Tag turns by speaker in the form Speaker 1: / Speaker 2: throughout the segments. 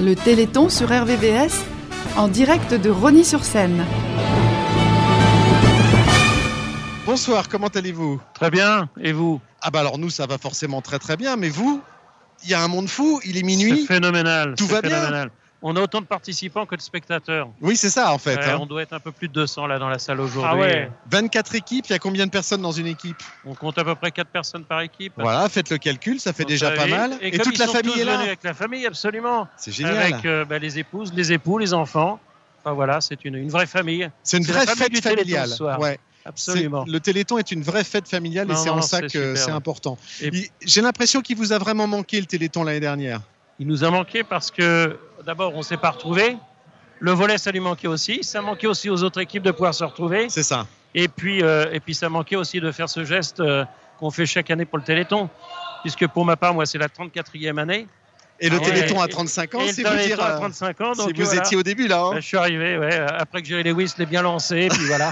Speaker 1: le Téléthon sur RVVS en direct de Rony-sur-Seine.
Speaker 2: Bonsoir, comment allez-vous
Speaker 3: Très bien, et vous
Speaker 2: Ah bah alors nous, ça va forcément très très bien, mais vous, il y a un monde fou, il est
Speaker 3: C'est
Speaker 2: minuit.
Speaker 3: phénoménal.
Speaker 2: Tout
Speaker 3: c'est
Speaker 2: va bien
Speaker 3: phénoménal. On a autant de participants que de spectateurs.
Speaker 2: Oui, c'est ça en fait.
Speaker 3: Ouais,
Speaker 2: hein.
Speaker 3: On doit être un peu plus de 200 là dans la salle aujourd'hui.
Speaker 4: Ah ouais.
Speaker 2: 24 équipes, il y a combien de personnes dans une équipe
Speaker 3: On compte à peu près 4 personnes par équipe.
Speaker 2: Voilà, faites le calcul, ça fait
Speaker 3: Donc,
Speaker 2: déjà
Speaker 3: euh,
Speaker 2: pas
Speaker 3: et-
Speaker 2: mal. Et,
Speaker 3: comme
Speaker 2: toute
Speaker 3: ils
Speaker 2: la
Speaker 3: sont
Speaker 2: famille
Speaker 3: tous
Speaker 2: est là.
Speaker 3: venus Avec la famille, absolument.
Speaker 2: C'est génial.
Speaker 3: Avec euh, bah, les épouses, les époux, les enfants. Enfin voilà, c'est une, une vraie famille.
Speaker 2: C'est une
Speaker 3: c'est
Speaker 2: vraie
Speaker 3: la famille
Speaker 2: fête
Speaker 3: du Téléthon ce
Speaker 2: familiale.
Speaker 3: soir.
Speaker 2: Ouais, c'est-
Speaker 3: Absolument.
Speaker 2: Le Téléthon est une vraie fête familiale et
Speaker 3: Non,
Speaker 2: c'est en
Speaker 3: non,
Speaker 2: ça
Speaker 3: c'est
Speaker 2: que
Speaker 3: super,
Speaker 2: c'est
Speaker 3: ouais.
Speaker 2: important.
Speaker 3: Et-
Speaker 2: Il- J'ai l'impression qu'il vous a vraiment manqué le Téléthon l'année dernière.
Speaker 3: Il nous a manqué parce que d'abord on s'est pas retrouvés. Le volet, ça lui manquait aussi. Ça manquait aussi aux autres équipes de pouvoir se retrouver.
Speaker 2: C'est ça.
Speaker 3: Et puis, euh, et puis ça manquait aussi de faire ce geste euh, qu'on fait chaque année pour le Téléthon. Puisque pour ma part, moi, c'est la 34e année.
Speaker 2: Et le
Speaker 3: Ah ouais.
Speaker 2: Téléthon à 35 ans,
Speaker 3: et
Speaker 2: c'est
Speaker 3: le
Speaker 2: vous
Speaker 3: Téléthon
Speaker 2: dire.
Speaker 3: à
Speaker 2: euh,
Speaker 3: 35 ans. Donc
Speaker 2: si vous
Speaker 3: voilà.
Speaker 2: étiez au début là, hein.
Speaker 3: Bah, je suis arrivé, ouais, après que Jerry Lewis l'ait bien lancé, puis voilà.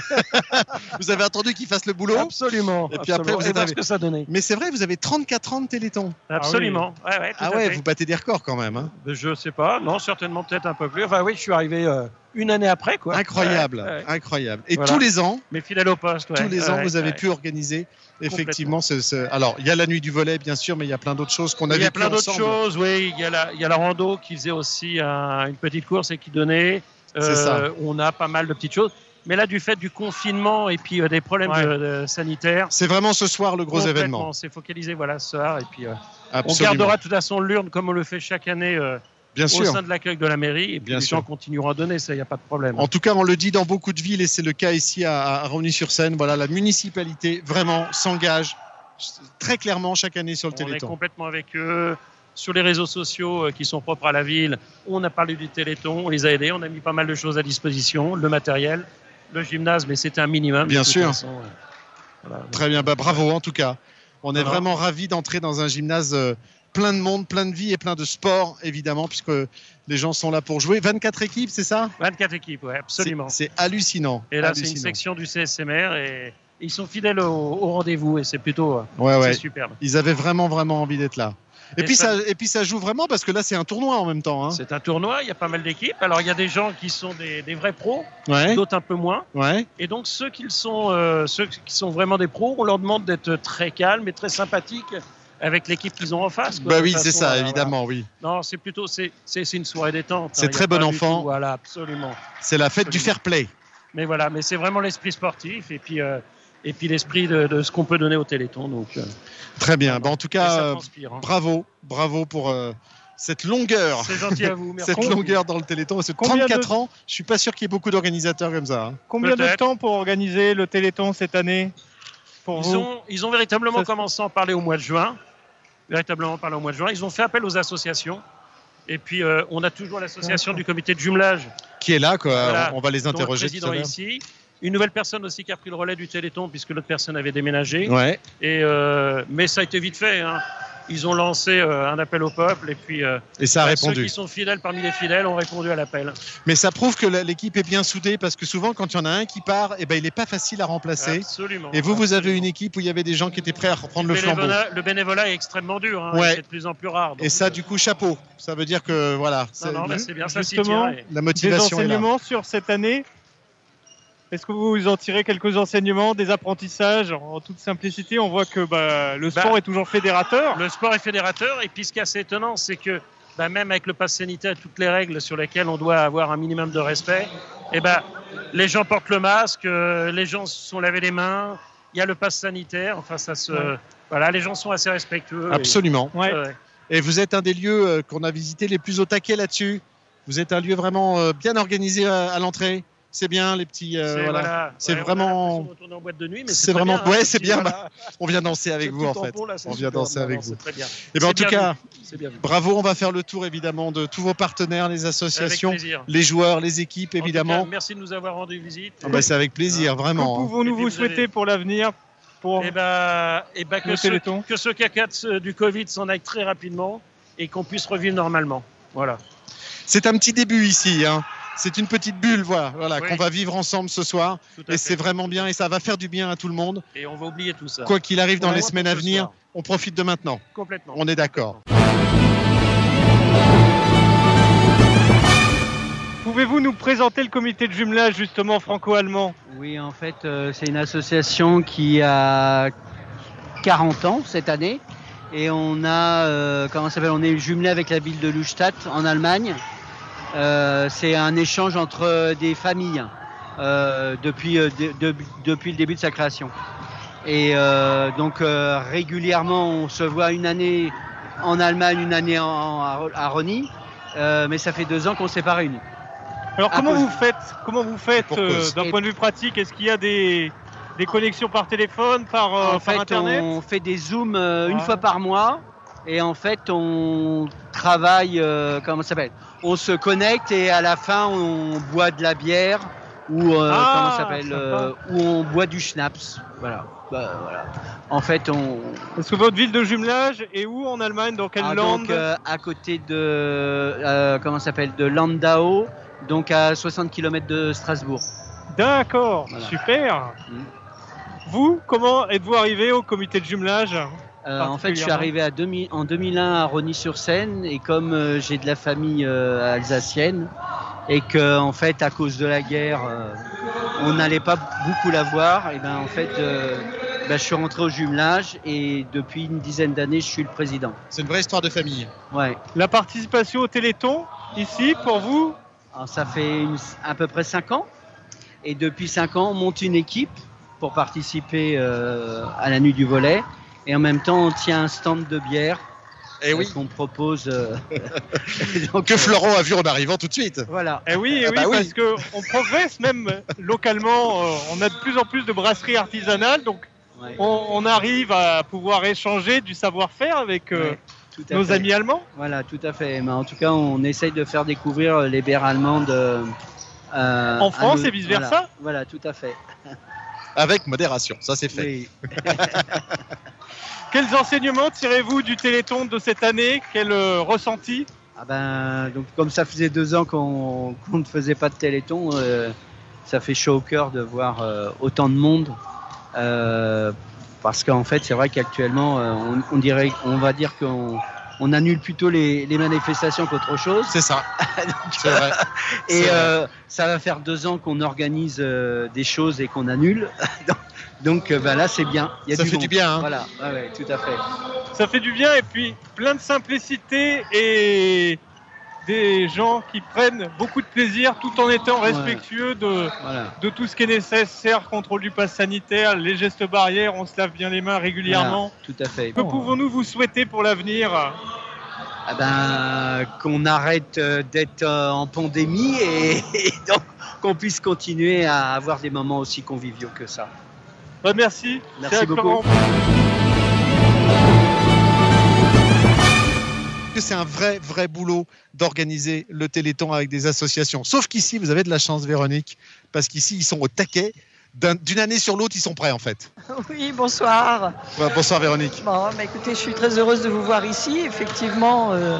Speaker 2: vous avez attendu qu'il fasse le boulot.
Speaker 3: Bah, absolument.
Speaker 2: Et puis après,
Speaker 3: absolument.
Speaker 2: vous
Speaker 3: Et
Speaker 2: êtes
Speaker 3: voilà
Speaker 2: arrivé.
Speaker 3: ce que ça donnait.
Speaker 2: Mais c'est vrai, vous avez 34 ans de Téléthon.
Speaker 3: Absolument. ouais, ouais, tout
Speaker 2: Ah
Speaker 3: à
Speaker 2: ouais,
Speaker 3: fait.
Speaker 2: vous battez des records quand même. hein.
Speaker 3: Je sais pas, non, certainement peut-être un peu plus. Enfin oui, je suis arrivé euh, une année après, quoi.
Speaker 2: Incroyable,
Speaker 3: Ouais, ouais.
Speaker 2: incroyable. Et
Speaker 3: Voilà.
Speaker 2: tous les ans,
Speaker 3: Mais fidèle au poste, ouais.
Speaker 2: tous les ans,
Speaker 3: Ouais,
Speaker 2: vous avez
Speaker 3: ouais.
Speaker 2: pu organiser effectivement ce, ce- Alors, il y a la nuit du volet, bien sûr, mais il y a plein d'autres choses qu'on a
Speaker 3: Il y a
Speaker 2: vécues
Speaker 3: plein d'autres
Speaker 2: ensemble.
Speaker 3: choses, oui. Il y, a la, il y a la rando qui faisait aussi un- une petite course et qui donnait. euh,
Speaker 2: C'est ça.
Speaker 3: On a pas mal de petites choses. Mais là, du fait du confinement et puis euh, des problèmes
Speaker 4: Ouais.
Speaker 3: de- de- sanitaires,
Speaker 2: C'est vraiment ce soir le gros
Speaker 3: complètement,
Speaker 2: événement.
Speaker 3: On s'est focalisé voilà, ce soir. Et puis, euh, on
Speaker 2: Absolument.
Speaker 3: gardera de toute façon l'urne comme on le fait chaque année euh,
Speaker 2: bien
Speaker 3: au
Speaker 2: sûr.
Speaker 3: sein de l'accueil de la mairie. Et puis,
Speaker 2: Bien
Speaker 3: les
Speaker 2: sûr.
Speaker 3: gens continueront à donner, ça, il n'y a pas de problème.
Speaker 2: En tout cas, on le dit dans beaucoup de villes et c'est le cas ici à, à Rony-sur-Seine. Voilà, la municipalité vraiment s'engage très clairement chaque année sur le
Speaker 3: On est
Speaker 2: Téléthon.
Speaker 3: complètement avec eux. Sur les réseaux sociaux euh, qui sont propres à la ville, on a parlé du Téléthon, on les a aidés, on a mis pas mal de choses à disposition, le matériel, le gymnase, mais c'était un minimum.
Speaker 2: Bien
Speaker 3: de toute
Speaker 2: sûr.
Speaker 3: façon, euh, voilà.
Speaker 2: Très bien, bah, bravo en tout cas. On est
Speaker 3: Voilà.
Speaker 2: vraiment ravis d'entrer dans un gymnase euh, plein de monde, plein de vie et plein de sport, évidemment, puisque les gens sont là pour jouer. 24 équipes, c'est ça
Speaker 3: 24 équipes, ouais, absolument.
Speaker 2: C'est c'est hallucinant.
Speaker 3: Et là, c'est une
Speaker 2: hallucinant.
Speaker 3: section du CSMR et ils sont fidèles au, au rendez-vous et c'est plutôt euh,
Speaker 2: Ouais, Ah ouais.
Speaker 3: c'est superbe.
Speaker 2: Ils avaient vraiment, vraiment envie d'être là. Et,
Speaker 3: Et
Speaker 2: puis ça...
Speaker 3: ça-
Speaker 2: et puis ça joue vraiment parce que là, c'est un tournoi en même temps. hein.
Speaker 3: C'est un tournoi, il y a pas mal d'équipes. Alors, il y a des gens qui sont des, des vrais pros,
Speaker 2: Ouais,
Speaker 3: d'autres un peu moins.
Speaker 2: ouais.
Speaker 3: Et donc ceux qui le sont, euh, ceux qui sont vraiment des pros, on leur demande d'être très calmes et très sympathiques avec l'équipe qu'ils ont en face. quoi.
Speaker 2: Bah
Speaker 3: De
Speaker 2: oui,
Speaker 3: toute
Speaker 2: c'est
Speaker 3: façon,
Speaker 2: ça,
Speaker 3: euh, voilà,
Speaker 2: évidemment, oui.
Speaker 3: voilà. Non, c'est plutôt c'est c'est c'est une soirée détente.
Speaker 2: C'est
Speaker 3: hein,
Speaker 2: très
Speaker 3: y a
Speaker 2: bon
Speaker 3: pas du
Speaker 2: enfant.
Speaker 3: tout, voilà, absolument.
Speaker 2: C'est la fête du
Speaker 3: Absolument.
Speaker 2: fair play.
Speaker 3: Mais voilà, mais c'est vraiment l'esprit sportif et puis euh, et puis l'esprit de, de ce qu'on peut donner au Téléthon. Donc euh,
Speaker 2: Très bien. Bah, en tout
Speaker 3: et
Speaker 2: cas,
Speaker 3: ça
Speaker 2: euh,
Speaker 3: transpire. hein.
Speaker 2: bravo, bravo pour euh, cette longueur.
Speaker 3: C'est gentil à vous. Merci.
Speaker 2: euh, Cette longueur dans le Téléthon, c'est
Speaker 4: Combien
Speaker 2: 34 ans, je suis pas sûr qu'il y ait beaucoup d'organisateurs comme ça. hein.
Speaker 4: Combien de
Speaker 3: Peut-être.
Speaker 4: temps pour organiser le Téléthon cette année Pour
Speaker 3: Ils
Speaker 4: vous
Speaker 3: ont, ils ont véritablement
Speaker 4: Ça-
Speaker 3: commencé à en parler au mois de juin. Véritablement parlé au mois de juin. Ils ont fait appel aux associations. Et puis, euh, on a toujours l'association du comité de jumelage,
Speaker 2: Qui est là, quoi.
Speaker 3: Voilà.
Speaker 2: On on va les
Speaker 3: dont le
Speaker 2: interroger tout
Speaker 3: président
Speaker 2: à
Speaker 3: est
Speaker 2: l'heure.
Speaker 3: ici. Une nouvelle personne aussi qui a pris le relais du Téléthon, puisque l'autre personne avait déménagé.
Speaker 2: Ouais.
Speaker 3: Et, euh, mais ça a été vite fait. hein. Ils ont lancé euh, un appel au peuple. Et puis, euh,
Speaker 2: Et ça a
Speaker 3: bah, ceux
Speaker 2: répondu.
Speaker 3: qui sont fidèles parmi les fidèles ont répondu à l'appel.
Speaker 2: Mais ça prouve que la- l'équipe est bien soudée parce que souvent, quand il y en a un qui part, eh ben, il n'est pas facile à remplacer.
Speaker 3: Absolument.
Speaker 2: Et vous, vous avez une équipe où il y avait des gens qui étaient prêts à reprendre le flambeau.
Speaker 3: bénévolat, le bénévolat est extrêmement dur. hein.
Speaker 2: Ouais.
Speaker 3: C'est de plus en plus rare.
Speaker 2: Et
Speaker 3: Donc,
Speaker 2: ça, du coup, chapeau. Ça veut dire que voilà,
Speaker 3: non,
Speaker 2: c'est-
Speaker 3: non, mais c'est bien ça. s'y
Speaker 4: Justement,
Speaker 3: tient, et-
Speaker 2: la
Speaker 4: des
Speaker 2: motivation est là.
Speaker 4: enseignements sur cette année Est-ce que vous en tirez quelques enseignements, des apprentissages En toute simplicité, on voit que bah, le
Speaker 3: Bah,
Speaker 4: sport est toujours fédérateur.
Speaker 3: Le sport est fédérateur et puis ce qui est assez étonnant, c'est que bah, même avec le pass sanitaire, toutes les règles sur lesquelles on doit avoir un minimum de respect, eh ben les gens portent le masque, euh, les gens se sont lavés les mains, il y a le pass sanitaire, enfin ça se...
Speaker 4: Ouais.
Speaker 3: Voilà, les gens sont assez respectueux. et-
Speaker 2: Absolument.
Speaker 4: Ouais.
Speaker 3: Ouais, ouais.
Speaker 2: Et vous êtes un des lieux euh, qu'on a visité les plus au taquet là-dessus. Vous êtes un lieu vraiment euh, bien organisé à, à l'entrée. C'est bien, les petits. euh,
Speaker 3: C'est-
Speaker 2: voilà.
Speaker 3: voilà.
Speaker 2: C'est
Speaker 3: Ouais, on a
Speaker 2: vraiment-
Speaker 3: l'impression de retourner en boîte de nuit, mais
Speaker 2: C'est
Speaker 3: très
Speaker 2: vraiment-
Speaker 3: hein,
Speaker 2: ouais, c'est bien,
Speaker 3: voilà.
Speaker 2: On vient danser avec
Speaker 3: Le
Speaker 2: vous, en
Speaker 3: petit
Speaker 2: fait.
Speaker 3: tampon, là, c'est
Speaker 2: On vient
Speaker 3: superbe.
Speaker 2: danser
Speaker 3: Non,
Speaker 2: avec
Speaker 3: non,
Speaker 2: vous.
Speaker 3: c'est très bien.
Speaker 2: Et ben, en
Speaker 3: C'est
Speaker 2: tout
Speaker 3: bien
Speaker 2: cas,
Speaker 3: vu. C'est bien vu.
Speaker 2: bravo. On va faire le tour, évidemment, de tous vos partenaires, les
Speaker 3: Avec
Speaker 2: associations,
Speaker 3: plaisir.
Speaker 2: les joueurs, les équipes,
Speaker 3: En tout
Speaker 2: évidemment.
Speaker 3: cas, merci de nous avoir rendu visite.
Speaker 2: Ah bah, c'est avec plaisir,
Speaker 4: Que
Speaker 2: vraiment. hein.
Speaker 3: Et
Speaker 4: pouvons-nous
Speaker 3: puis
Speaker 4: vous
Speaker 3: vous avez-
Speaker 4: souhaiter pour l'avenir pour
Speaker 3: Et ben, eh ben que
Speaker 4: le
Speaker 3: ceux
Speaker 4: Téléthon
Speaker 3: que ce caca de ce- du Covid s'en aille très rapidement et qu'on puisse revivre normalement. Voilà.
Speaker 2: hein. C'est un petit début ici. hein. C'est une petite bulle, voilà, voilà
Speaker 3: Oui.
Speaker 2: qu'on va vivre ensemble ce soir.
Speaker 3: Tout à
Speaker 2: Et
Speaker 3: fait.
Speaker 2: c'est vraiment bien et ça va faire du bien à tout le monde.
Speaker 3: Et on va oublier tout ça.
Speaker 2: Quoi qu'il arrive dans
Speaker 3: Vraiment
Speaker 2: les
Speaker 3: pour
Speaker 2: semaines
Speaker 3: ce
Speaker 2: à venir,
Speaker 3: soir.
Speaker 2: on profite de maintenant.
Speaker 3: Complètement.
Speaker 2: On est d'accord.
Speaker 4: pouvez-vous nous présenter le comité de jumelage justement franco-allemand
Speaker 5: Oui, en fait, euh, c'est une association qui a 40 ans cette année. Et on a, euh, comment ça s'appelle On est jumelé avec la ville de Lustadt en Allemagne. Euh, c'est un échange entre des familles euh, depuis, euh, de- de- depuis le début de sa création. Et euh, donc euh, régulièrement, on se voit une année en Allemagne, une année en- à, à Rony. Euh, mais ça fait deux ans qu'on s'est pas réunis.
Speaker 4: Alors
Speaker 5: À
Speaker 4: comment
Speaker 5: cause-
Speaker 4: vous faites Comment vous faites
Speaker 2: Pour
Speaker 4: euh,
Speaker 2: cause.
Speaker 4: d'un
Speaker 5: Et-
Speaker 4: point de vue pratique Est-ce qu'il y a des, des connexions par téléphone, par, euh,
Speaker 5: en
Speaker 4: par
Speaker 5: fait,
Speaker 4: internet
Speaker 5: on fait des zooms euh, une
Speaker 4: Ouais.
Speaker 5: fois par mois et en fait, on travaille, euh, comment ça s'appelle On se connecte et à la fin, on boit de la bière ou euh,
Speaker 4: Ah,
Speaker 5: comment ça s'appelle
Speaker 4: sympa.
Speaker 5: euh, Ou on boit du schnapps. Voilà. Bah, voilà. En fait, on
Speaker 4: Est-ce que votre ville de jumelage est où en Allemagne Dans quelle
Speaker 5: Ah,
Speaker 4: lande
Speaker 5: donc euh, à côté de euh, comment ça s'appelle de Landau, donc à 60 km de Strasbourg.
Speaker 4: D'accord,
Speaker 5: Voilà.
Speaker 4: super.
Speaker 5: Mm.
Speaker 4: Vous, comment êtes-vous arrivé au comité de jumelage
Speaker 5: Euh, en fait, je suis
Speaker 4: Particulièrement.
Speaker 5: arrivé à 2000 en 2001 à Rony-sur-Seine et comme euh, j'ai de la famille euh, alsacienne et que en fait à cause de la guerre euh, on n'allait pas beaucoup la voir, et ben en fait euh, ben, je suis rentré au jumelage et depuis une dizaine d'années je suis le président.
Speaker 2: C'est une vraie histoire de famille.
Speaker 5: Ouais,
Speaker 4: La participation au Téléthon, ici, pour vous
Speaker 5: Alors, ça fait une- à peu près cinq ans et depuis cinq ans on monte une équipe pour participer euh, à la nuit du volet et en même temps on tient un stand de bière
Speaker 3: Eh
Speaker 2: Et Eh oui.
Speaker 5: euh, qu'on propose. euh, donc,
Speaker 2: Que
Speaker 5: euh,
Speaker 2: Florent a vu en arrivant tout de suite.
Speaker 5: Voilà.
Speaker 4: Eh oui, eh
Speaker 2: Ah
Speaker 4: oui,
Speaker 2: bah oui.
Speaker 4: parce que on progresse même localement. euh, on a de plus en plus de brasseries artisanales, donc
Speaker 5: Ouais,
Speaker 4: on, on arrive à pouvoir échanger du savoir-faire avec euh,
Speaker 5: ouais, tout à
Speaker 4: nos
Speaker 5: fait.
Speaker 4: amis allemands.
Speaker 5: Voilà, tout à fait. Mais en tout cas, on essaye de faire découvrir les bières allemandes. euh, euh,
Speaker 4: En France
Speaker 5: à nos-
Speaker 4: et vice-versa.
Speaker 5: Voilà, Voilà, tout à fait.
Speaker 2: Avec modération, ça c'est fait.
Speaker 5: Oui.
Speaker 4: Quels enseignements tirez-vous du Téléthon de cette année Quel euh, ressenti
Speaker 5: Ah ben, donc, comme ça faisait deux ans qu'on qu'on ne faisait pas de téléthon, euh, ça fait chaud au cœur de voir euh, autant de monde. Euh, parce qu'en fait, c'est vrai qu'actuellement, euh, on, on dirait, on va dire qu'on on annule plutôt les- les manifestations qu'autre chose.
Speaker 2: C'est ça. c'est vrai.
Speaker 5: Et
Speaker 2: C'est vrai.
Speaker 5: euh, ça va faire deux ans qu'on organise euh, des choses et qu'on annule. Donc euh, bah, là, c'est bien. Il y a
Speaker 2: Ça
Speaker 5: du
Speaker 2: fait
Speaker 5: monde.
Speaker 2: du bien. hein.
Speaker 5: Voilà, ouais, ouais, tout à fait.
Speaker 4: Ça fait du bien et puis plein de simplicité et des gens qui prennent beaucoup de plaisir tout en étant
Speaker 5: Ouais.
Speaker 4: respectueux de,
Speaker 5: Voilà.
Speaker 4: de tout ce qui est nécessaire, contrôle du pass sanitaire, les gestes barrières, on se lave bien les mains régulièrement.
Speaker 5: Voilà, tout à fait.
Speaker 4: Que pouvons-nous vous souhaiter pour l'avenir
Speaker 5: Ah ben, qu'on arrête euh, d'être euh, en pandémie et, et donc qu'on puisse continuer à avoir des moments aussi conviviaux que ça.
Speaker 4: Bah, Merci.
Speaker 5: Merci
Speaker 4: C'est à
Speaker 5: beaucoup.
Speaker 4: Florent.
Speaker 2: que c'est un vrai, vrai boulot d'organiser le Téléthon avec des associations. Sauf qu'ici, vous avez de la chance, Véronique, parce qu'ici, ils sont au taquet. D'un- D'une année sur l'autre, ils sont prêts, en fait.
Speaker 6: Oui, bonsoir.
Speaker 2: Voilà, bonsoir, Véronique.
Speaker 6: Bon, bah, écoutez, je suis très heureuse de vous voir ici. Effectivement, euh,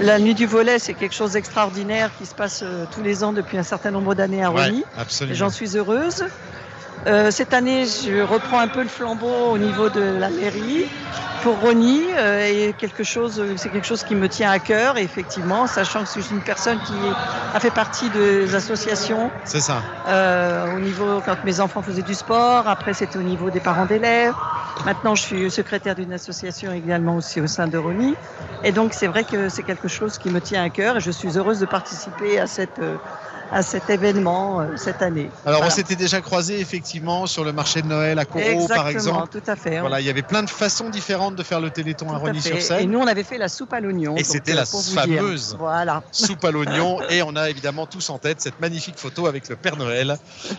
Speaker 6: la nuit du volet, c'est quelque chose d'extraordinaire qui se passe euh, tous les ans depuis un certain nombre d'années à Rony.
Speaker 2: Ouais,
Speaker 6: Et
Speaker 2: absolument.
Speaker 6: J'en suis heureuse. Euh, cette année, je reprends un peu le flambeau au niveau de la mairie pour Rony euh, et quelque chose, euh, c'est quelque chose qui me tient à cœur. Et effectivement, sachant que je suis une personne qui a fait partie des associations
Speaker 2: C'est ça.
Speaker 6: euh, au niveau quand mes enfants faisaient du sport, après c'était au niveau des parents d'élèves. Maintenant, je suis secrétaire d'une association également aussi au sein de Rony. Et donc, c'est vrai que c'est quelque chose qui me tient à cœur et je suis heureuse de participer à cette euh, à cet événement euh, cette année.
Speaker 2: Alors, on
Speaker 6: Voilà.
Speaker 2: s'était déjà croisés, effectivement, sur le marché de Noël à Corot,
Speaker 6: Exactement,
Speaker 2: par exemple.
Speaker 6: tout à fait. hein.
Speaker 2: Voilà, il y avait plein de façons différentes de faire le Téléthon
Speaker 6: Tout
Speaker 2: à
Speaker 6: à fait. Et
Speaker 2: Rony-sur-Seine.
Speaker 6: nous, on avait fait la soupe à
Speaker 2: Et
Speaker 6: l'oignon. donc,
Speaker 2: c'était
Speaker 6: euh,
Speaker 2: la
Speaker 6: pour vous dire.
Speaker 2: fameuse.
Speaker 6: Voilà.
Speaker 2: soupe à l'oignon et on a évidemment tous en tête cette magnifique photo avec le Père Noël,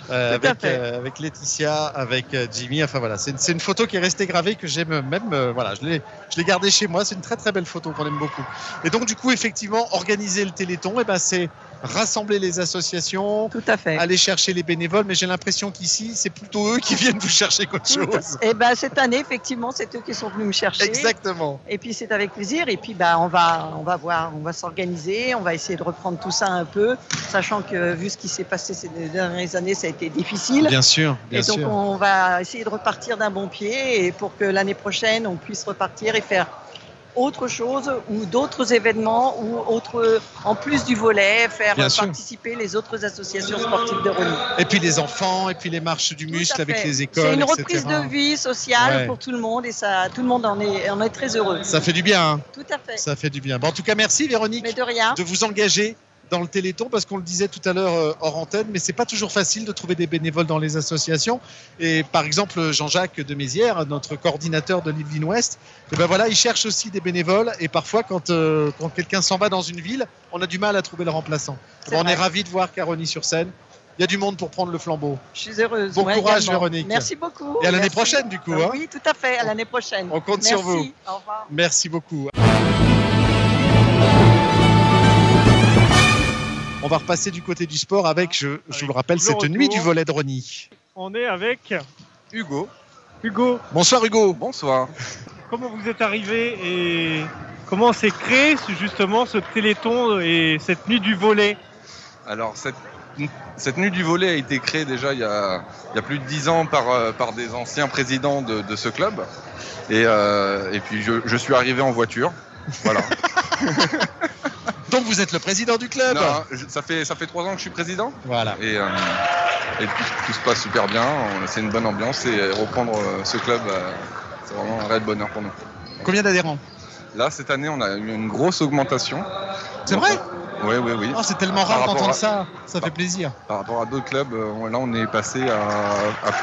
Speaker 2: euh,
Speaker 6: Tout à
Speaker 2: avec,
Speaker 6: fait.
Speaker 2: euh, avec Laetitia, avec euh, Jimmy. Enfin voilà, c'est une, c'est une photo qui est restée gravée que j'aime même. euh, voilà, je l'ai je l'ai gardée chez moi. C'est une très très belle photo qu'on aime beaucoup. Et donc du coup effectivement organiser le Téléthon, et ben c'est rassembler les associations,
Speaker 6: Tout à fait.
Speaker 2: aller chercher les bénévoles. Mais j'ai l'impression qu'ici c'est plutôt eux qui viennent vous chercher qu'autre
Speaker 6: Tout à-
Speaker 2: chose.
Speaker 6: Et ben cette année, effectivement, c'est eux qui sont venus me chercher.
Speaker 2: Exactement.
Speaker 6: Et puis c'est avec plaisir. Et puis bah on va on va voir, on va s'organiser, on va essayer de reprendre tout ça un peu, sachant que vu ce qui s'est passé ces dernières années, ça a été difficile.
Speaker 2: Bien sûr,
Speaker 6: et donc on va essayer de repartir d'un bon pied et pour que l'année prochaine on puisse repartir et faire autre chose ou d'autres événements ou autre, en plus du volet, faire
Speaker 2: Bien
Speaker 6: euh,
Speaker 2: sûr.
Speaker 6: participer les autres associations sportives de Rony.
Speaker 2: Et puis les enfants, et puis les marches du
Speaker 6: Tout à
Speaker 2: muscle
Speaker 6: fait.
Speaker 2: avec les écoles.
Speaker 6: C'est une
Speaker 2: etc.
Speaker 6: reprise de vie sociale
Speaker 2: Ouais.
Speaker 6: pour tout le monde et ça, tout le monde en est, en est très heureux.
Speaker 2: Ça fait du bien, hein.
Speaker 6: Tout à fait.
Speaker 2: ça fait du bien. Bon, en tout cas, merci Véronique.
Speaker 6: Mais de rien.
Speaker 2: de vous engager dans le Téléthon parce qu'on le disait tout à l'heure euh, hors antenne, mais c'est pas toujours facile de trouver des bénévoles dans les associations. Et par exemple, Jean-Jacques de Mézières, notre coordinateur de l'île Ouest, et ben voilà, il cherche aussi des bénévoles. Et parfois, quand, euh, quand quelqu'un s'en va dans une ville, on a du mal à trouver le remplaçant.
Speaker 6: C'est
Speaker 2: Ben, on
Speaker 6: vrai.
Speaker 2: est ravi de voir Caroni sur scène. Il y a du monde pour prendre le flambeau.
Speaker 6: Je suis heureuse.
Speaker 2: Bon courage,
Speaker 6: également.
Speaker 2: Véronique.
Speaker 6: Merci beaucoup.
Speaker 2: Et à l'année
Speaker 6: Merci.
Speaker 2: prochaine, du coup,
Speaker 6: Euh,
Speaker 2: hein.
Speaker 6: Oui, tout à fait. À l'année prochaine.
Speaker 2: On compte
Speaker 6: Merci.
Speaker 2: sur vous.
Speaker 6: Au revoir.
Speaker 2: Merci beaucoup. On va repasser du côté du sport avec, je, je vous le rappelle,
Speaker 4: Le
Speaker 2: cette
Speaker 4: retour.
Speaker 2: nuit du volet de Ronny.
Speaker 4: On est avec
Speaker 7: Hugo,
Speaker 4: Hugo.
Speaker 2: Bonsoir Hugo.
Speaker 7: bonsoir.
Speaker 4: Comment vous êtes arrivé et comment s'est créé ce- justement ce téléthon et cette nuit du volet
Speaker 7: Alors, cette, cette nuit du volet a été créée déjà il y a, il y a plus de dix ans par, euh, par des anciens présidents de, de ce club. Et, euh, et puis, je, je suis arrivé en voiture. Voilà.
Speaker 2: Donc vous êtes le président du club.
Speaker 7: Non, je- ça, fait, ça fait trois ans que je suis président.
Speaker 2: Voilà.
Speaker 7: Et, euh, et tout, tout se passe super bien. On- C'est une bonne ambiance. Et euh, reprendre euh, ce club, euh, c'est vraiment un vrai bonheur pour nous.
Speaker 2: Combien d'adhérents
Speaker 7: Là, cette année, on a eu une grosse augmentation.
Speaker 2: C'est vrai
Speaker 7: Oui, oui, oui.
Speaker 2: Oh, C'est tellement
Speaker 7: Par
Speaker 2: rare
Speaker 7: rapport
Speaker 2: d'entendre
Speaker 7: à-
Speaker 2: ça. Ça
Speaker 7: par-
Speaker 2: fait plaisir.
Speaker 7: Par rapport à d'autres clubs, euh, là on est passé à,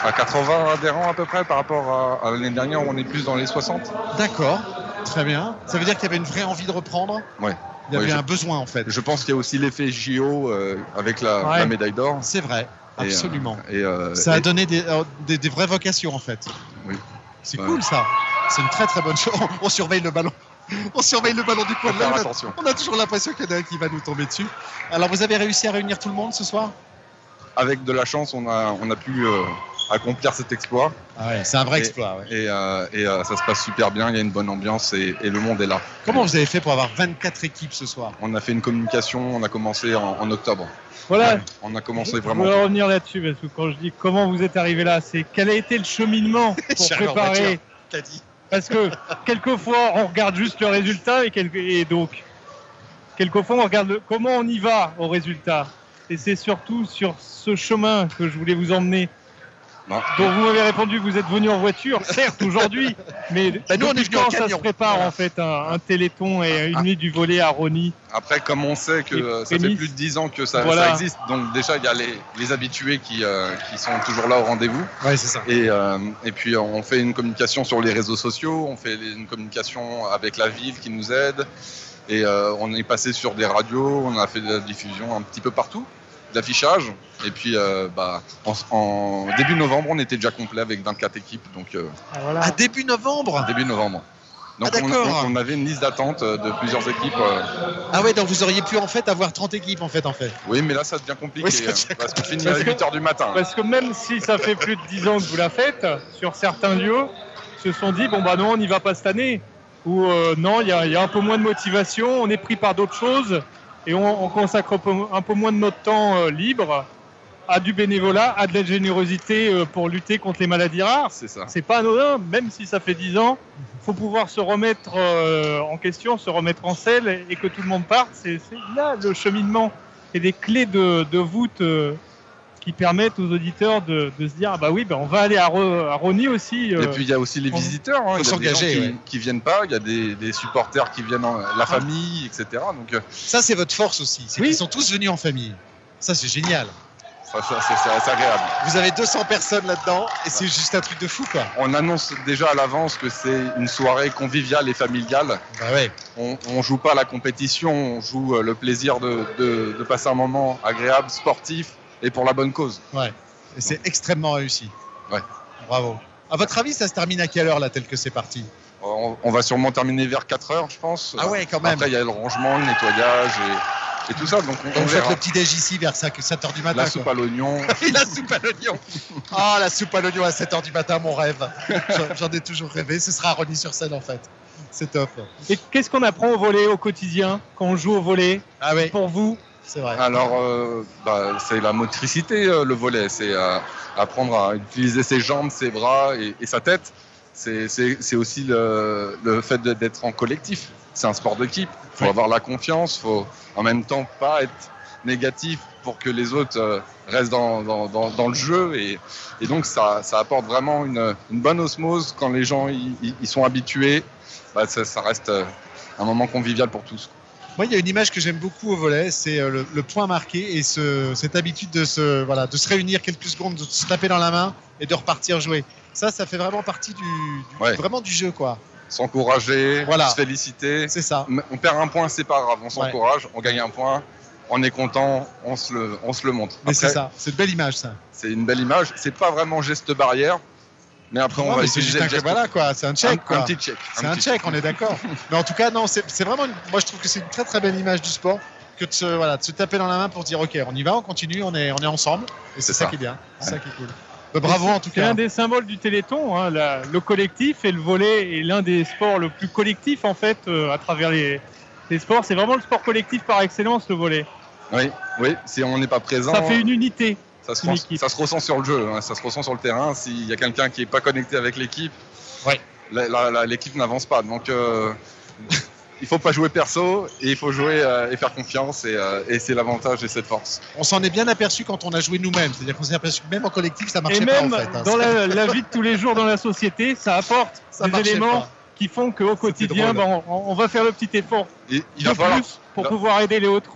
Speaker 7: à- à 80 adhérents à peu près par rapport à, à l'année dernière où on est plus dans les 60.
Speaker 2: D'accord. Très bien. Ça veut dire qu'il y avait une vraie envie de reprendre.
Speaker 7: Ouais.
Speaker 2: Il y avait
Speaker 7: Ouais, je-
Speaker 2: un besoin en fait.
Speaker 7: Je pense qu'il y a aussi l'effet JO euh, avec la,
Speaker 2: Ouais.
Speaker 7: la médaille d'or.
Speaker 2: C'est vrai.
Speaker 7: Et, euh,
Speaker 2: Absolument.
Speaker 7: Et, euh,
Speaker 2: Ça a
Speaker 7: et-
Speaker 2: donné des, euh, des- des vraies vocations en fait.
Speaker 7: Oui.
Speaker 2: C'est
Speaker 7: Ouais.
Speaker 2: cool ça. C'est une très très bonne chose. On surveille le ballon. On surveille le ballon du coin
Speaker 7: faut
Speaker 2: de l'œil.
Speaker 7: faire attention.
Speaker 2: On a toujours l'impression qu'il y en a un qui va nous tomber dessus. Alors vous avez réussi à réunir tout le monde ce soir
Speaker 7: Avec de la chance, on a, on a pu euh, accomplir cet exploit
Speaker 2: ah ouais, C'est un vrai
Speaker 7: Et-
Speaker 2: exploit. ouais.
Speaker 7: et, euh, et, euh, ça se passe super bien. Il y a une bonne ambiance et, et le monde est là.
Speaker 2: Comment vous avez fait pour avoir 24 équipes ce soir
Speaker 7: On a fait une communication, on a commencé en, en octobre.
Speaker 4: Voilà,
Speaker 7: Ouais, on a commencé
Speaker 4: je
Speaker 7: vraiment.
Speaker 4: voulais revenir là-dessus parce que quand je dis comment vous êtes arrivé là, c'est quel a été le cheminement pour
Speaker 2: Charles en voiture.
Speaker 4: préparer
Speaker 2: T'as dit.
Speaker 4: Parce que quelquefois on regarde juste le résultat et, quel- et donc quelquefois on regarde le- comment on y va au résultat. Et c'est surtout sur ce chemin que je voulais vous emmener.
Speaker 7: Non.
Speaker 4: Donc vous m'avez répondu que vous êtes venu en voiture, certes aujourd'hui, mais
Speaker 2: Bah, nous, on est
Speaker 4: depuis
Speaker 2: venu en
Speaker 4: quand ça se
Speaker 2: camion.
Speaker 4: prépare
Speaker 2: Voilà.
Speaker 4: en fait un, un téléthon et une
Speaker 7: Ah.
Speaker 4: nuit du volet à Ronny
Speaker 7: Après, comme on sait que
Speaker 4: Les
Speaker 7: euh, ça fait
Speaker 4: prémices.
Speaker 7: plus de 10 ans que ça,
Speaker 4: Voilà.
Speaker 7: ça existe, donc déjà il y a les, les habitués qui, euh, qui sont toujours là au rendez-vous.
Speaker 2: Ouais, c'est ça.
Speaker 7: Et, euh, et puis euh, on fait une communication sur les réseaux sociaux, on fait les- une communication avec la ville qui nous aide. Et euh, on est passé sur des radios, on a fait de la diffusion un petit peu partout, de l'affichage. Et puis euh, bah, en, en début novembre, on était déjà complet avec 24 équipes, donc euh,
Speaker 2: À début novembre
Speaker 7: début novembre. Donc
Speaker 2: Ah,
Speaker 7: on,
Speaker 2: d'accord.
Speaker 7: on- on avait une liste d'attente euh, de plusieurs équipes. euh,
Speaker 2: Ah ouais, donc vous auriez pu en fait avoir 30 équipes en fait en fait.
Speaker 7: Oui, mais là, ça devient compliqué.
Speaker 2: Oui, ça devient
Speaker 7: euh, parce qu'on finit
Speaker 4: Parce
Speaker 7: à
Speaker 4: que-
Speaker 7: 8h du matin.
Speaker 4: Parce que même si ça fait plus de 10 ans que vous la faites, sur certains lieux, se sont dit bon bah non, on n'y va pas cette année. Ou euh, non, il y, a- il y a un peu moins de motivation, on est pris par d'autres choses et on, on consacre un peu, un peu moins de notre temps euh, libre à du bénévolat, à de la générosité euh, pour lutter contre les maladies rares.
Speaker 7: C'est ça.
Speaker 4: C'est pas anodin, même si ça fait 10 ans, faut pouvoir se remettre euh, en question, se remettre en selle et- et que tout le monde parte. C'est c'est là le cheminement et les clés de, de voûte euh, qui permettent aux auditeurs de, de se dire ah bah oui, bah on va aller à, Re- à Rony aussi. euh.
Speaker 7: Et puis, il y a aussi les
Speaker 4: on-
Speaker 7: visiteurs.
Speaker 2: faut
Speaker 7: hein. Il y a des gens
Speaker 2: s'engager,
Speaker 7: qui,
Speaker 2: ouais.
Speaker 7: qui viennent pas. Il y a des, des supporters qui viennent, en- la famille, etc. Donc, euh,
Speaker 2: Ça c'est votre force aussi, c'est
Speaker 4: Oui.
Speaker 2: qu'ils sont tous venus en famille. Ça c'est génial.
Speaker 7: ça, ça, ça- ça reste agréable.
Speaker 2: Vous avez 200 personnes là-dedans et c'est juste un truc de fou quoi.
Speaker 7: On annonce déjà à l'avance que c'est une soirée conviviale et familiale.
Speaker 2: Bah ouais.
Speaker 7: On, on joue pas la compétition, on joue euh, le plaisir de, de- de passer un moment agréable, sportif et pour la bonne cause.
Speaker 2: Et c'est extrêmement réussi.
Speaker 7: Ouais.
Speaker 2: Bravo. À votre avis, ça se termine à quelle heure là, tel que c'est parti
Speaker 7: On, on va sûrement terminer vers 4 heures, je pense.
Speaker 2: Ah ouais, quand même.
Speaker 7: Après, il y a le rangement, le nettoyage et, et tout ça. Donc, on, on
Speaker 2: Donc, faites
Speaker 7: verra.
Speaker 2: le petit déj ici vers 5 7h du matin.
Speaker 7: La soupe
Speaker 2: quoi.
Speaker 7: à l'oignon.
Speaker 2: Et la soupe à l'oignon. Ah, la soupe à l'oignon à 7h du matin, mon rêve. J'en- J'en ai toujours rêvé. Ce sera à Ronny sur scène en fait. C'est top.
Speaker 4: Et qu'est-ce qu'on apprend au volet au quotidien quand on joue au volet
Speaker 2: Ah oui,
Speaker 4: pour vous
Speaker 2: c'est vrai.
Speaker 7: Alors, euh, bah, c'est la motricité, euh, le volet. C'est euh, apprendre à utiliser ses jambes, ses bras et, et sa tête. c'est- c'est c'est aussi le, le fait de- d'être en collectif. C'est un sport d'équipe. Il faut
Speaker 2: Ouais.
Speaker 7: avoir la confiance. faut en même temps pas être négatif pour que les autres euh, restent dans, dans, dans, dans le jeu. Et, et donc, ça, ça apporte vraiment une, une bonne osmose. Quand les gens y, y- y sont habitués, bah, ça, ça reste euh, un moment convivial pour tous.
Speaker 2: Moi, il y a une image que j'aime beaucoup au volet, c'est euh, le, le point marqué et ce- cette habitude de se, voilà, de se réunir quelques secondes, de se taper dans la main et de repartir jouer. Ça, ça fait vraiment partie du, du-
Speaker 7: Ouais.
Speaker 2: vraiment du jeu, quoi.
Speaker 7: S'encourager,
Speaker 2: Voilà.
Speaker 7: se féliciter.
Speaker 2: C'est ça.
Speaker 7: Mais On perd un point, c'est pas grave. On s'encourage, on gagne un point, on est content, on se le, on se le montre.
Speaker 2: Mais c'est
Speaker 7: Après,
Speaker 2: ça. C'est une belle image, ça.
Speaker 7: C'est une belle image. C'est pas vraiment geste barrière, mais après on
Speaker 2: Non,
Speaker 7: va
Speaker 2: mais c'est juste
Speaker 7: utiliser le
Speaker 2: un,
Speaker 7: geste-
Speaker 2: voilà, quoi. C'est un
Speaker 7: un-
Speaker 2: check,
Speaker 7: un
Speaker 2: quoi.
Speaker 7: petit check.
Speaker 2: C'est
Speaker 7: un
Speaker 2: un
Speaker 7: petit
Speaker 2: check, on est d'accord. Mais en tout cas, non, c'est c'est vraiment. une- moi, je trouve que c'est une très très belle image du sport que de se, voilà, de se taper dans la main pour dire OK, on y va, on continue, on est, on est ensemble. Et c'est
Speaker 7: C'est
Speaker 2: ça,
Speaker 7: ça.
Speaker 2: qui est bien. C'est ça qui est cool. Bah, bravo
Speaker 4: C'est-
Speaker 2: en tout
Speaker 4: C'est
Speaker 2: cas.
Speaker 4: un des symboles du Téléthon. hein, la- le collectif et le volet est l'un des sports le plus collectif en fait euh, à travers les, les sports. C'est vraiment le sport collectif par excellence le volet.
Speaker 7: Oui, oui. Si on n'est pas présent,
Speaker 4: Ça fait une unité.
Speaker 7: ça se,
Speaker 4: une
Speaker 7: rend-
Speaker 4: équipe.
Speaker 7: ça se ressent sur le jeu, hein, ça se ressent sur le terrain. S'il y a quelqu'un qui n'est pas connecté avec l'équipe,
Speaker 2: Ouais.
Speaker 7: la- la- la- l'équipe n'avance pas. Donc euh, il faut pas jouer perso et il faut jouer euh, et faire confiance et, euh, et c'est l'avantage et cette force.
Speaker 2: On s'en est bien aperçu quand on a joué nous-mêmes. C'est-à-dire qu'on s'est aperçu que même en collectif, ça marchait
Speaker 4: Et même
Speaker 2: pas en fait. hein.
Speaker 4: dans
Speaker 2: Ça-
Speaker 4: la, la vie de tous les jours dans la société, ça apporte
Speaker 2: ça
Speaker 4: des
Speaker 2: marchait
Speaker 4: éléments
Speaker 2: pas.
Speaker 4: qui font qu'au quotidien,
Speaker 7: drôle.
Speaker 4: bah, on, on va faire le petit effort
Speaker 7: Et il
Speaker 4: de
Speaker 7: va falloir
Speaker 4: plus pour
Speaker 7: va-
Speaker 4: pouvoir aider les autres.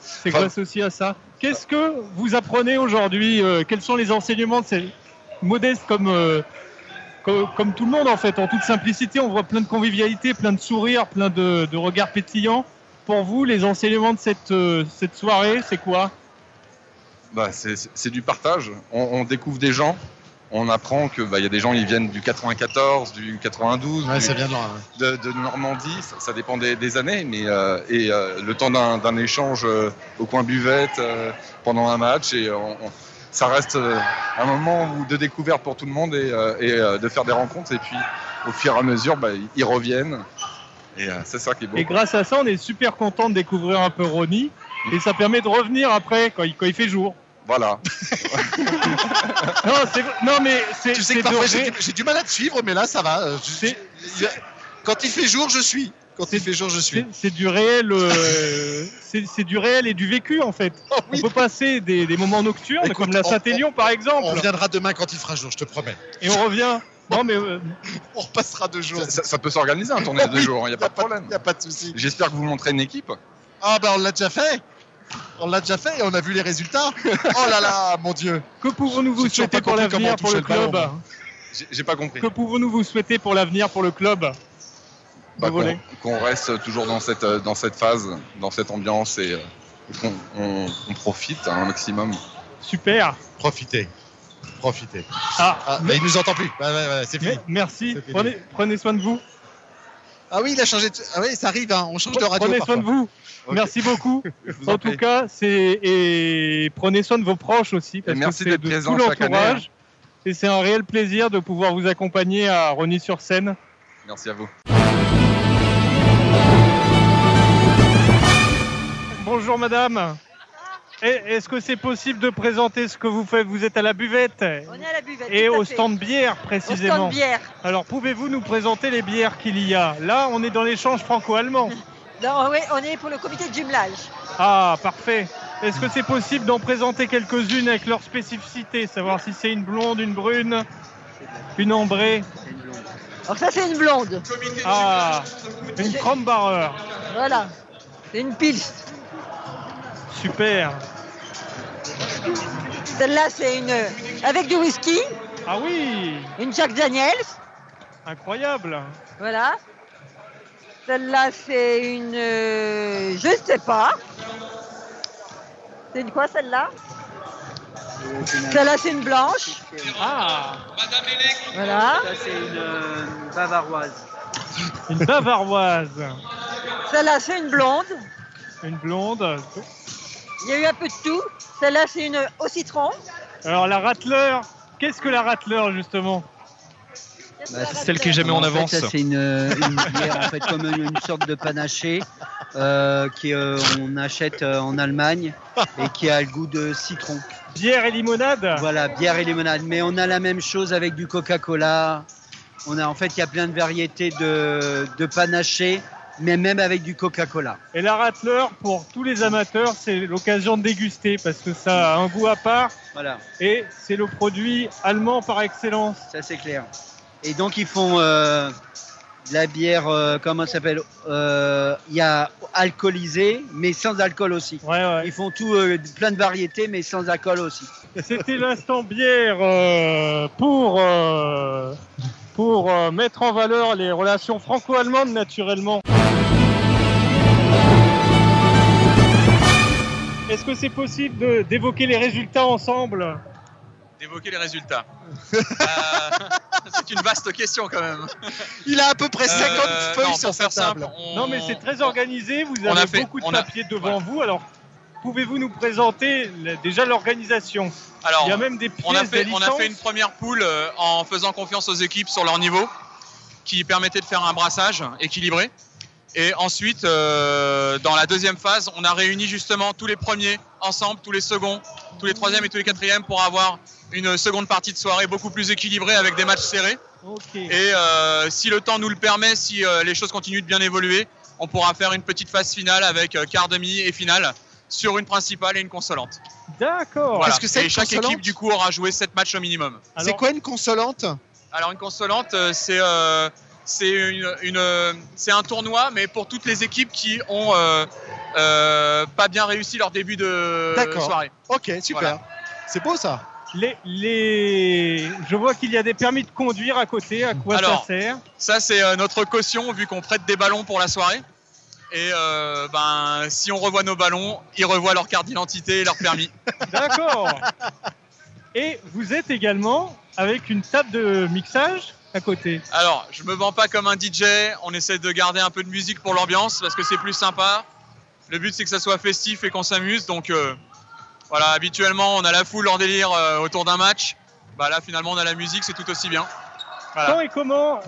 Speaker 4: C'est
Speaker 7: Va-
Speaker 4: grâce aussi à ça. Qu'est-ce que vous apprenez aujourd'hui euh, Quels sont les enseignements de ces modestes comme, euh, comme, comme tout le monde en fait En toute simplicité, on voit plein de convivialité, plein de sourires, plein de, de regards pétillants. Pour vous, les enseignements de cette, euh, cette soirée, c'est quoi
Speaker 7: bah, c'est- c'est c'est du partage. On, on découvre des gens. On apprend que bah, il y a des gens ils viennent du 94, du 92,
Speaker 2: Ouais,
Speaker 7: du-
Speaker 2: ça vient de loin. ouais.
Speaker 7: de, de Normandie. Ça, ça dépend des, des années, mais euh, et euh, le temps d'un d'un échange euh, au coin buvette euh, pendant un match et euh, on- on- ça reste euh, un moment où- de découverte pour tout le monde et, euh, et, euh, de faire des rencontres. Et puis au fur et à mesure, bah, ils- ils reviennent. Et euh, c'est ça qui est beau.
Speaker 4: Et grâce à ça, on est super content de découvrir un peu Ronnie. Et ça permet de revenir après quand il, quand il fait jour.
Speaker 7: Voilà.
Speaker 4: Non, c'est- non mais c'est
Speaker 2: Tu sais
Speaker 4: c'est
Speaker 2: que parfois
Speaker 4: de
Speaker 2: j'ai
Speaker 4: ré-
Speaker 2: du, j'ai du mal à te suivre, mais là ça va. Euh, je-
Speaker 4: C'est-
Speaker 2: je- quand il fait jour, je suis. Quand il fait jour, je suis.
Speaker 4: C'est c'est du réel, euh, c'est c'est du réel et du vécu en fait.
Speaker 2: Oh
Speaker 4: On
Speaker 2: oui.
Speaker 4: peut passer des, des moments nocturnes
Speaker 2: Écoute,
Speaker 4: comme la
Speaker 2: on-
Speaker 4: Saint-Élion par exemple,
Speaker 2: On reviendra demain quand il fera jour, je te promets.
Speaker 4: et on revient. Non mais euh,
Speaker 2: On repassera deux jours.
Speaker 7: Ça, ça- ça peut s'organiser un tournée à deux
Speaker 2: Oui,
Speaker 7: jours. Il n'y a pas de
Speaker 2: Il
Speaker 7: problème.
Speaker 2: n'y a pas de souci.
Speaker 7: J'espère que vous montrez une équipe.
Speaker 2: Ah bah on l'a déjà fait. On l'a déjà fait et on a vu les résultats. Oh là là, mon Dieu.
Speaker 4: que pouvons-nous vous
Speaker 2: J'ai toujours
Speaker 4: souhaiter
Speaker 2: pas
Speaker 4: pour
Speaker 2: compris comment
Speaker 4: l'avenir
Speaker 2: on
Speaker 4: pour le
Speaker 2: touchait le
Speaker 4: club
Speaker 2: ballon, hein.
Speaker 7: J'ai- J'ai pas compris.
Speaker 4: Que pouvons-nous vous souhaiter pour l'avenir pour le club
Speaker 7: Bah,
Speaker 4: Vous
Speaker 7: qu'on
Speaker 4: voulez
Speaker 7: qu'on reste toujours dans cette, euh, dans cette phase, dans cette ambiance et euh, qu'on on, on profite un maximum.
Speaker 4: Super.
Speaker 2: Profitez. Profitez.
Speaker 4: Ah,
Speaker 2: Ah, mais il nous entend plus. Bah, ouais, ouais, c'est fini.
Speaker 4: mais- merci.
Speaker 2: C'est fini.
Speaker 4: Prenez, prenez soin de vous.
Speaker 2: Ah oui, il a changé. de- Ah oui, ça arrive. hein, On change de radio.
Speaker 4: Prenez
Speaker 2: parfois.
Speaker 4: soin de vous.
Speaker 7: Ok.
Speaker 4: Merci beaucoup.
Speaker 7: Je vous en
Speaker 4: En
Speaker 7: prie.
Speaker 4: tout cas, c'est et prenez soin de vos proches aussi parce
Speaker 7: Et merci
Speaker 4: que c'est
Speaker 7: d'être
Speaker 4: de
Speaker 7: présent
Speaker 4: tout
Speaker 7: chaque année,
Speaker 4: l'entourage. Et c'est un réel plaisir de pouvoir vous accompagner à Ronnie sur seine
Speaker 7: Merci à vous.
Speaker 4: Bonjour madame. Eh, Est-ce que c'est possible de présenter ce que vous faites Vous êtes à la buvette
Speaker 6: On est à la buvette.
Speaker 4: et
Speaker 6: tout à
Speaker 4: au
Speaker 6: fait.
Speaker 4: stand bière
Speaker 6: Au stand
Speaker 4: précisément.
Speaker 6: bière.
Speaker 4: Alors pouvez-vous nous présenter les bières qu'il y a Là, on est dans l'échange franco-allemand.
Speaker 6: Non, oui, on est pour le comité de jumelage.
Speaker 4: Ah, parfait. Est-ce que c'est possible d'en présenter quelques-unes avec leur spécificité Savoir si c'est une blonde, une brune, une ambrée,
Speaker 6: Alors ça, c'est une blonde.
Speaker 4: ah, une Krambarer.
Speaker 6: Voilà. C'est une pils.
Speaker 4: Super.
Speaker 6: Celle-là, c'est une... Avec du whisky,
Speaker 4: Ah oui,
Speaker 6: une Jack Daniels.
Speaker 4: incroyable.
Speaker 6: Voilà. Celle-là, c'est une... euh, Je sais pas. C'est une quoi, celle-là Celle-là, c'est une blanche.
Speaker 4: Ah,
Speaker 6: Voilà.
Speaker 5: Ça, c'est une euh, bavaroise.
Speaker 4: une bavaroise,
Speaker 6: Celle-là, c'est une blonde.
Speaker 4: une blonde.
Speaker 6: Il y a eu un peu de tout. Celle-là, c'est une au citron.
Speaker 4: Alors la Rattler, qu'est-ce que la Rattler justement
Speaker 8: Bah, c'est celle qui est jamais
Speaker 5: Non,
Speaker 8: en
Speaker 5: fait,
Speaker 8: avance.
Speaker 5: ça, c'est une, une bière, en fait, comme une, une sorte de panaché euh, qu'on achète euh, en Allemagne et qui a le goût de citron.
Speaker 4: Bière et limonade
Speaker 5: Voilà, bière et limonade. Mais on a la même chose avec du Coca-Cola, On a en fait, il y a plein de variétés de, de panachés, mais même avec du Coca-Cola.
Speaker 4: Et la Rattler, pour tous les amateurs, c'est l'occasion de déguster parce que ça a un goût à part
Speaker 5: Voilà,
Speaker 4: et c'est le produit allemand par excellence.
Speaker 5: ça c'est clair. Et donc ils font euh, de la bière, euh, comment ça s'appelle Euh, Il y a alcoolisée, mais sans alcool aussi.
Speaker 4: Ouais, ouais.
Speaker 5: Ils font tout, euh, plein de variétés, mais sans alcool aussi.
Speaker 4: C'était l'instant bière euh, pour, euh, pour euh, mettre en valeur les relations franco-allemandes naturellement. Est-ce que c'est possible de- d'évoquer les résultats ensemble
Speaker 9: d'évoquer les résultats. Euh, c'est une vaste question quand même.
Speaker 2: Il a à peu près 50
Speaker 9: Euh,
Speaker 2: feuilles
Speaker 9: non,
Speaker 2: sur
Speaker 9: pour
Speaker 2: sa
Speaker 9: faire
Speaker 2: table.
Speaker 9: simple, on-
Speaker 4: Non mais c'est très organisé, vous
Speaker 9: on
Speaker 4: avez
Speaker 9: a fait-
Speaker 4: beaucoup de
Speaker 9: on a-
Speaker 4: papiers devant vous, alors pouvez-vous nous présenter la- déjà l'organisation
Speaker 9: Alors,
Speaker 4: Il y a même des pièces
Speaker 9: on a, fait,
Speaker 4: de
Speaker 9: on a fait une
Speaker 4: licence.
Speaker 9: première poule euh, en faisant confiance aux équipes sur leur niveau, qui permettait de faire un brassage équilibré. Et ensuite, euh, dans la deuxième phase, on a réuni justement tous les premiers ensemble, tous les seconds, tous les troisièmes et tous les quatrièmes pour avoir une seconde partie de soirée beaucoup plus équilibrée avec des matchs serrés.
Speaker 4: Ok.
Speaker 9: Et euh, si le temps nous le permet, si euh, les choses continuent de bien évoluer, on pourra faire une petite phase finale avec euh, quart demi et finale sur une principale et une consolante.
Speaker 4: D'accord.
Speaker 9: Voilà.
Speaker 2: Qu'est-ce que c'est
Speaker 9: et
Speaker 2: une
Speaker 9: chaque
Speaker 2: consolante
Speaker 9: équipe du coup aura joué 7 matchs au minimum.
Speaker 2: C'est
Speaker 4: Alors,
Speaker 2: quoi une consolante
Speaker 9: Alors une consolante, euh, c'est euh, c'est une, une, euh, c'est un tournoi, mais pour toutes les équipes qui ont euh, euh, pas bien réussi leur début de
Speaker 2: D'accord.
Speaker 9: soirée.
Speaker 2: Ok, super.
Speaker 9: Voilà.
Speaker 2: C'est beau ça.
Speaker 4: les, les... Je vois qu'il y a des permis de conduire à côté, à quoi
Speaker 9: Alors,
Speaker 4: ça sert
Speaker 9: Ça c'est euh, notre caution vu qu'on prête des ballons pour la soirée. Et euh, ben si on revoit nos ballons, ils revoient leur carte d'identité et leur permis.
Speaker 4: D'accord. Et vous êtes également avec une table de mixage à côté.
Speaker 9: Alors, je me vends pas comme un DJ, on essaie de garder un peu de musique pour l'ambiance parce que c'est plus sympa. Le but c'est que ça soit festif et qu'on s'amuse. Donc euh, voilà, habituellement on a la foule en délire euh, autour d'un match. Bah là finalement on a la musique, c'est tout aussi bien. Voilà.
Speaker 4: Quand et comment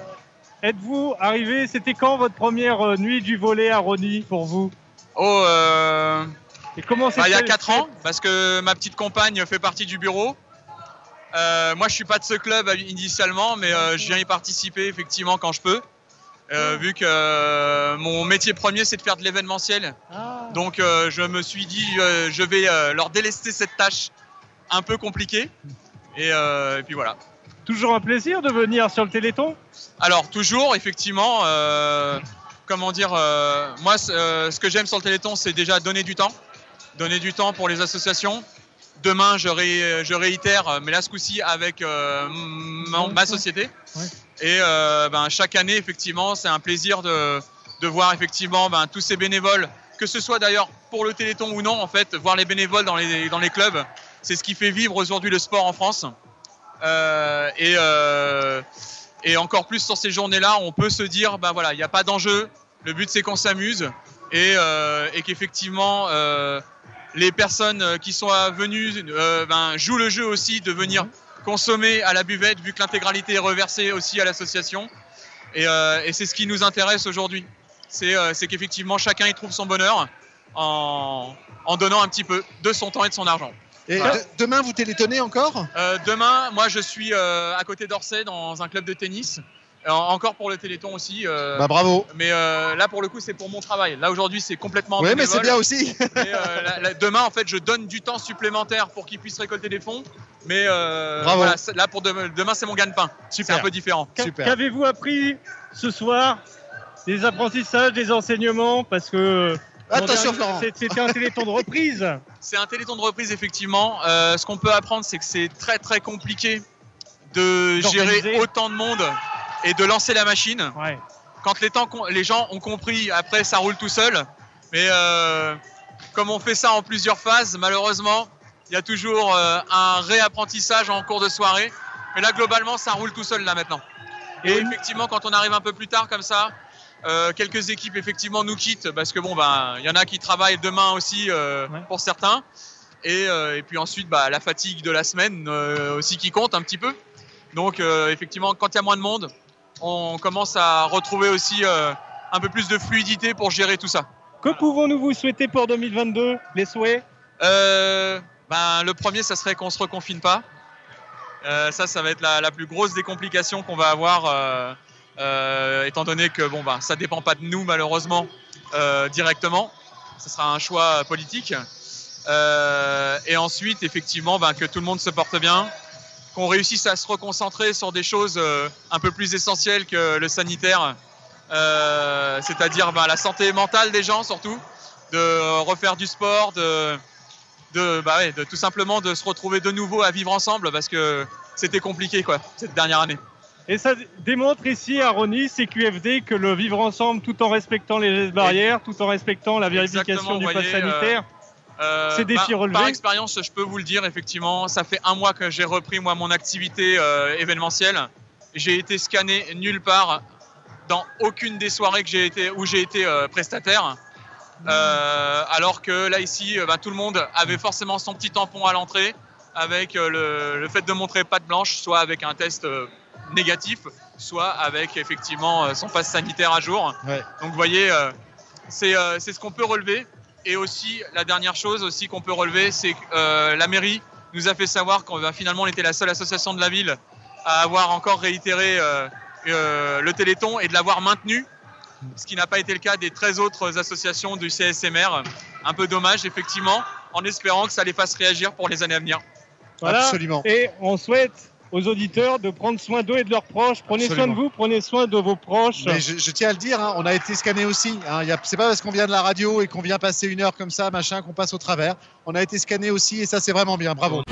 Speaker 4: êtes-vous arrivé C'était quand votre première euh, nuit du volet à Ronny pour vous
Speaker 9: Oh, euh,
Speaker 4: Et comment c'est
Speaker 9: bah, il y a 4 ans parce que ma petite compagne fait partie du bureau. Euh, moi je suis pas de ce club euh, initialement, mais euh, je viens y participer effectivement quand je peux. Euh, vu que euh, mon métier premier c'est de faire de l'événementiel
Speaker 4: Ah.
Speaker 9: Donc euh, je me suis dit, euh, je vais euh, leur délester cette tâche un peu compliquée. Et, euh, et puis voilà.
Speaker 4: Toujours un plaisir de venir sur le Téléthon.
Speaker 9: Alors toujours, effectivement, euh, comment dire, euh, moi c- euh, ce que j'aime sur le Téléthon, c'est déjà donner du temps. Donner du temps pour les associations. Demain, je, ré- je réitère, euh, mais là ce coup-ci avec euh, ma, ma société.
Speaker 4: Ouais.
Speaker 9: Et euh, ben, chaque année, effectivement, c'est un plaisir de, de voir effectivement ben, tous ces bénévoles, que ce soit d'ailleurs pour le Téléthon ou non, en fait, voir les bénévoles dans les, dans les clubs, c'est ce qui fait vivre aujourd'hui le sport en France. Euh, et, euh, et encore plus sur ces journées-là, on peut se dire, ben voilà, il n'y a pas d'enjeu, le but c'est qu'on s'amuse et, euh, et qu'effectivement euh, les personnes euh, qui sont euh, venues euh, ben, jouent le jeu aussi de venir consommer à la buvette vu que l'intégralité est reversée aussi à l'association. Et, euh, et c'est ce qui nous intéresse aujourd'hui. C'est euh, c'est qu'effectivement chacun y trouve son bonheur en, en donnant un petit peu de son temps et de son argent.
Speaker 2: Et
Speaker 9: Voilà.
Speaker 2: de- demain, vous télétonnez encore
Speaker 9: Euh, demain, moi, je suis euh, à côté d'Orsay dans un club de tennis. En- encore pour le Téléthon aussi. euh,
Speaker 2: Bah bravo.
Speaker 9: mais euh, là, pour le coup, c'est pour mon travail. Là, aujourd'hui, c'est complètement.
Speaker 2: Ouais, mais c'est
Speaker 9: bénévole.
Speaker 2: bien aussi.
Speaker 9: Mais, euh, la- la- demain, en fait, je donne du temps supplémentaire pour qu'ils puissent récolter des fonds. Mais euh,
Speaker 2: Bravo.
Speaker 9: voilà, c'est- là, pour dem- demain, c'est mon gagne-pain. C'est un peu différent.
Speaker 4: Qu'a-
Speaker 2: Super.
Speaker 4: Qu'avez-vous appris ce soir Des apprentissages, des enseignements Parce que l'an
Speaker 2: Attention,
Speaker 4: dernier,
Speaker 2: Florent.
Speaker 4: c'est- c'était un Téléthon de reprise.
Speaker 9: C'est un téléthon de reprise, effectivement. Euh, ce qu'on peut apprendre, c'est que c'est très, très compliqué de
Speaker 4: D'organiser.
Speaker 9: gérer autant de monde et de lancer la machine.
Speaker 4: Ouais.
Speaker 9: quand les, temps qu'on- les gens ont compris, après ça roule tout seul. Mais euh, comme on fait ça en plusieurs phases, malheureusement, il y a toujours euh, un réapprentissage en cours de soirée. Mais là, globalement, ça roule tout seul là maintenant. Et effectivement, quand on arrive un peu plus tard comme ça, euh, quelques équipes effectivement nous quittent parce que bon, ben, il y en a qui travaillent demain aussi euh,
Speaker 4: Ouais.
Speaker 9: pour certains. Et, euh, et puis ensuite, bah, la fatigue de la semaine euh, aussi qui compte un petit peu. Donc euh, effectivement, quand il y a moins de monde, on commence à retrouver aussi euh, un peu plus de fluidité pour gérer tout ça.
Speaker 4: Que pouvons-nous vous souhaiter pour 2022 Les souhaits
Speaker 9: Euh, ben, le premier, ça serait qu'on se reconfine pas. Euh, ça, ça va être la, la plus grosse des complications qu'on va avoir, euh, euh, étant donné que bon, bah, ça dépend pas de nous, malheureusement, euh, directement. Ce sera un choix politique. Euh, et ensuite, effectivement, bah, que tout le monde se porte bien, qu'on réussisse à se reconcentrer sur des choses euh, un peu plus essentielles que le sanitaire, euh, c'est-à-dire bah, la santé mentale des gens, surtout, de refaire du sport, de de, bah ouais, de tout simplement de se retrouver de nouveau à vivre ensemble parce que c'était compliqué quoi cette dernière année.
Speaker 4: Et ça démontre ici à Ronny, CQFD, que le vivre ensemble tout en respectant les gestes barrières, tout en respectant la vérification
Speaker 9: Exactement,
Speaker 4: du
Speaker 9: vous
Speaker 4: pass
Speaker 9: voyez, euh,
Speaker 4: sanitaire,
Speaker 9: Euh,
Speaker 4: C'est défi
Speaker 9: par-
Speaker 4: relevé.
Speaker 9: Par expérience, je peux vous le dire effectivement, ça fait un mois que j'ai repris moi mon activité euh, événementielle. J'ai été scanné nulle part dans aucune des soirées que j'ai été où j'ai été euh, prestataire. Euh, alors que là ici, euh, bah, tout le monde avait forcément son petit tampon à l'entrée, avec euh, le, le fait de montrer patte blanche, soit avec un test euh, négatif, soit avec effectivement euh, son passe sanitaire à jour.
Speaker 2: Ouais.
Speaker 9: Donc vous voyez, euh, c'est euh, c'est ce qu'on peut relever. Et aussi, la dernière chose aussi qu'on peut relever, c'est que euh, la mairie nous a fait savoir qu'on bah, finalement on était la seule association de la ville à avoir encore réitéré euh, euh, le Téléthon et de l'avoir maintenu, ce qui n'a pas été le cas des 13 autres associations du CSMR. Un peu dommage, effectivement, en espérant que ça les fasse réagir pour les années à venir.
Speaker 4: voilà,
Speaker 2: Absolument.
Speaker 4: et on souhaite aux auditeurs de prendre soin d'eux et de leurs proches. Prenez soin
Speaker 2: Absolument.
Speaker 4: de vous, prenez soin de vos proches.
Speaker 2: Mais je, je tiens à le dire, hein, on a été scanné aussi. Hein, Il y a- c'est pas parce qu'on vient de la radio et qu'on vient passer une heure comme ça, machin, qu'on passe au travers. On a été scanné aussi et ça, c'est vraiment bien. Bravo.